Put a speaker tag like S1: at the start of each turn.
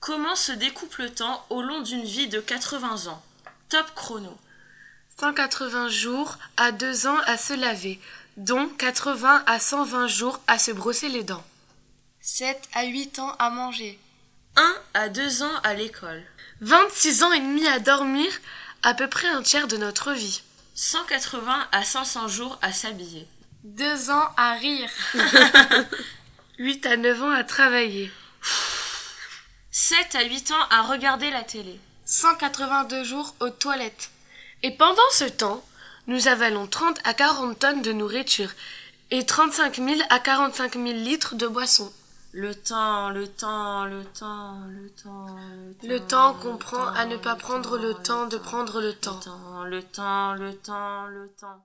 S1: Comment se découpe le temps au long d'une vie de 80 ans Top chrono.
S2: 180 jours à 2 ans à se laver, dont 80 à 120 jours à se brosser les dents.
S3: 7 à 8 ans à manger.
S1: 1 à 2 ans à l'école.
S2: 26 ans et demi à dormir, à peu près un tiers de notre vie.
S1: 180 à 500 jours à s'habiller.
S3: 2 ans à rire.
S2: 8 à 9 ans à travailler.
S1: 7 à 8 ans à regarder la télé.
S3: 182 jours aux toilettes.
S2: Et pendant ce temps, nous avalons 30 à 40 tonnes de nourriture et 35 000 à 45 000 litres de boissons.
S1: Le temps, le temps, le temps, le temps.
S2: Le temps qu'on prend à ne pas prendre le temps de prendre le temps.
S1: Le temps, le temps, le temps, le temps.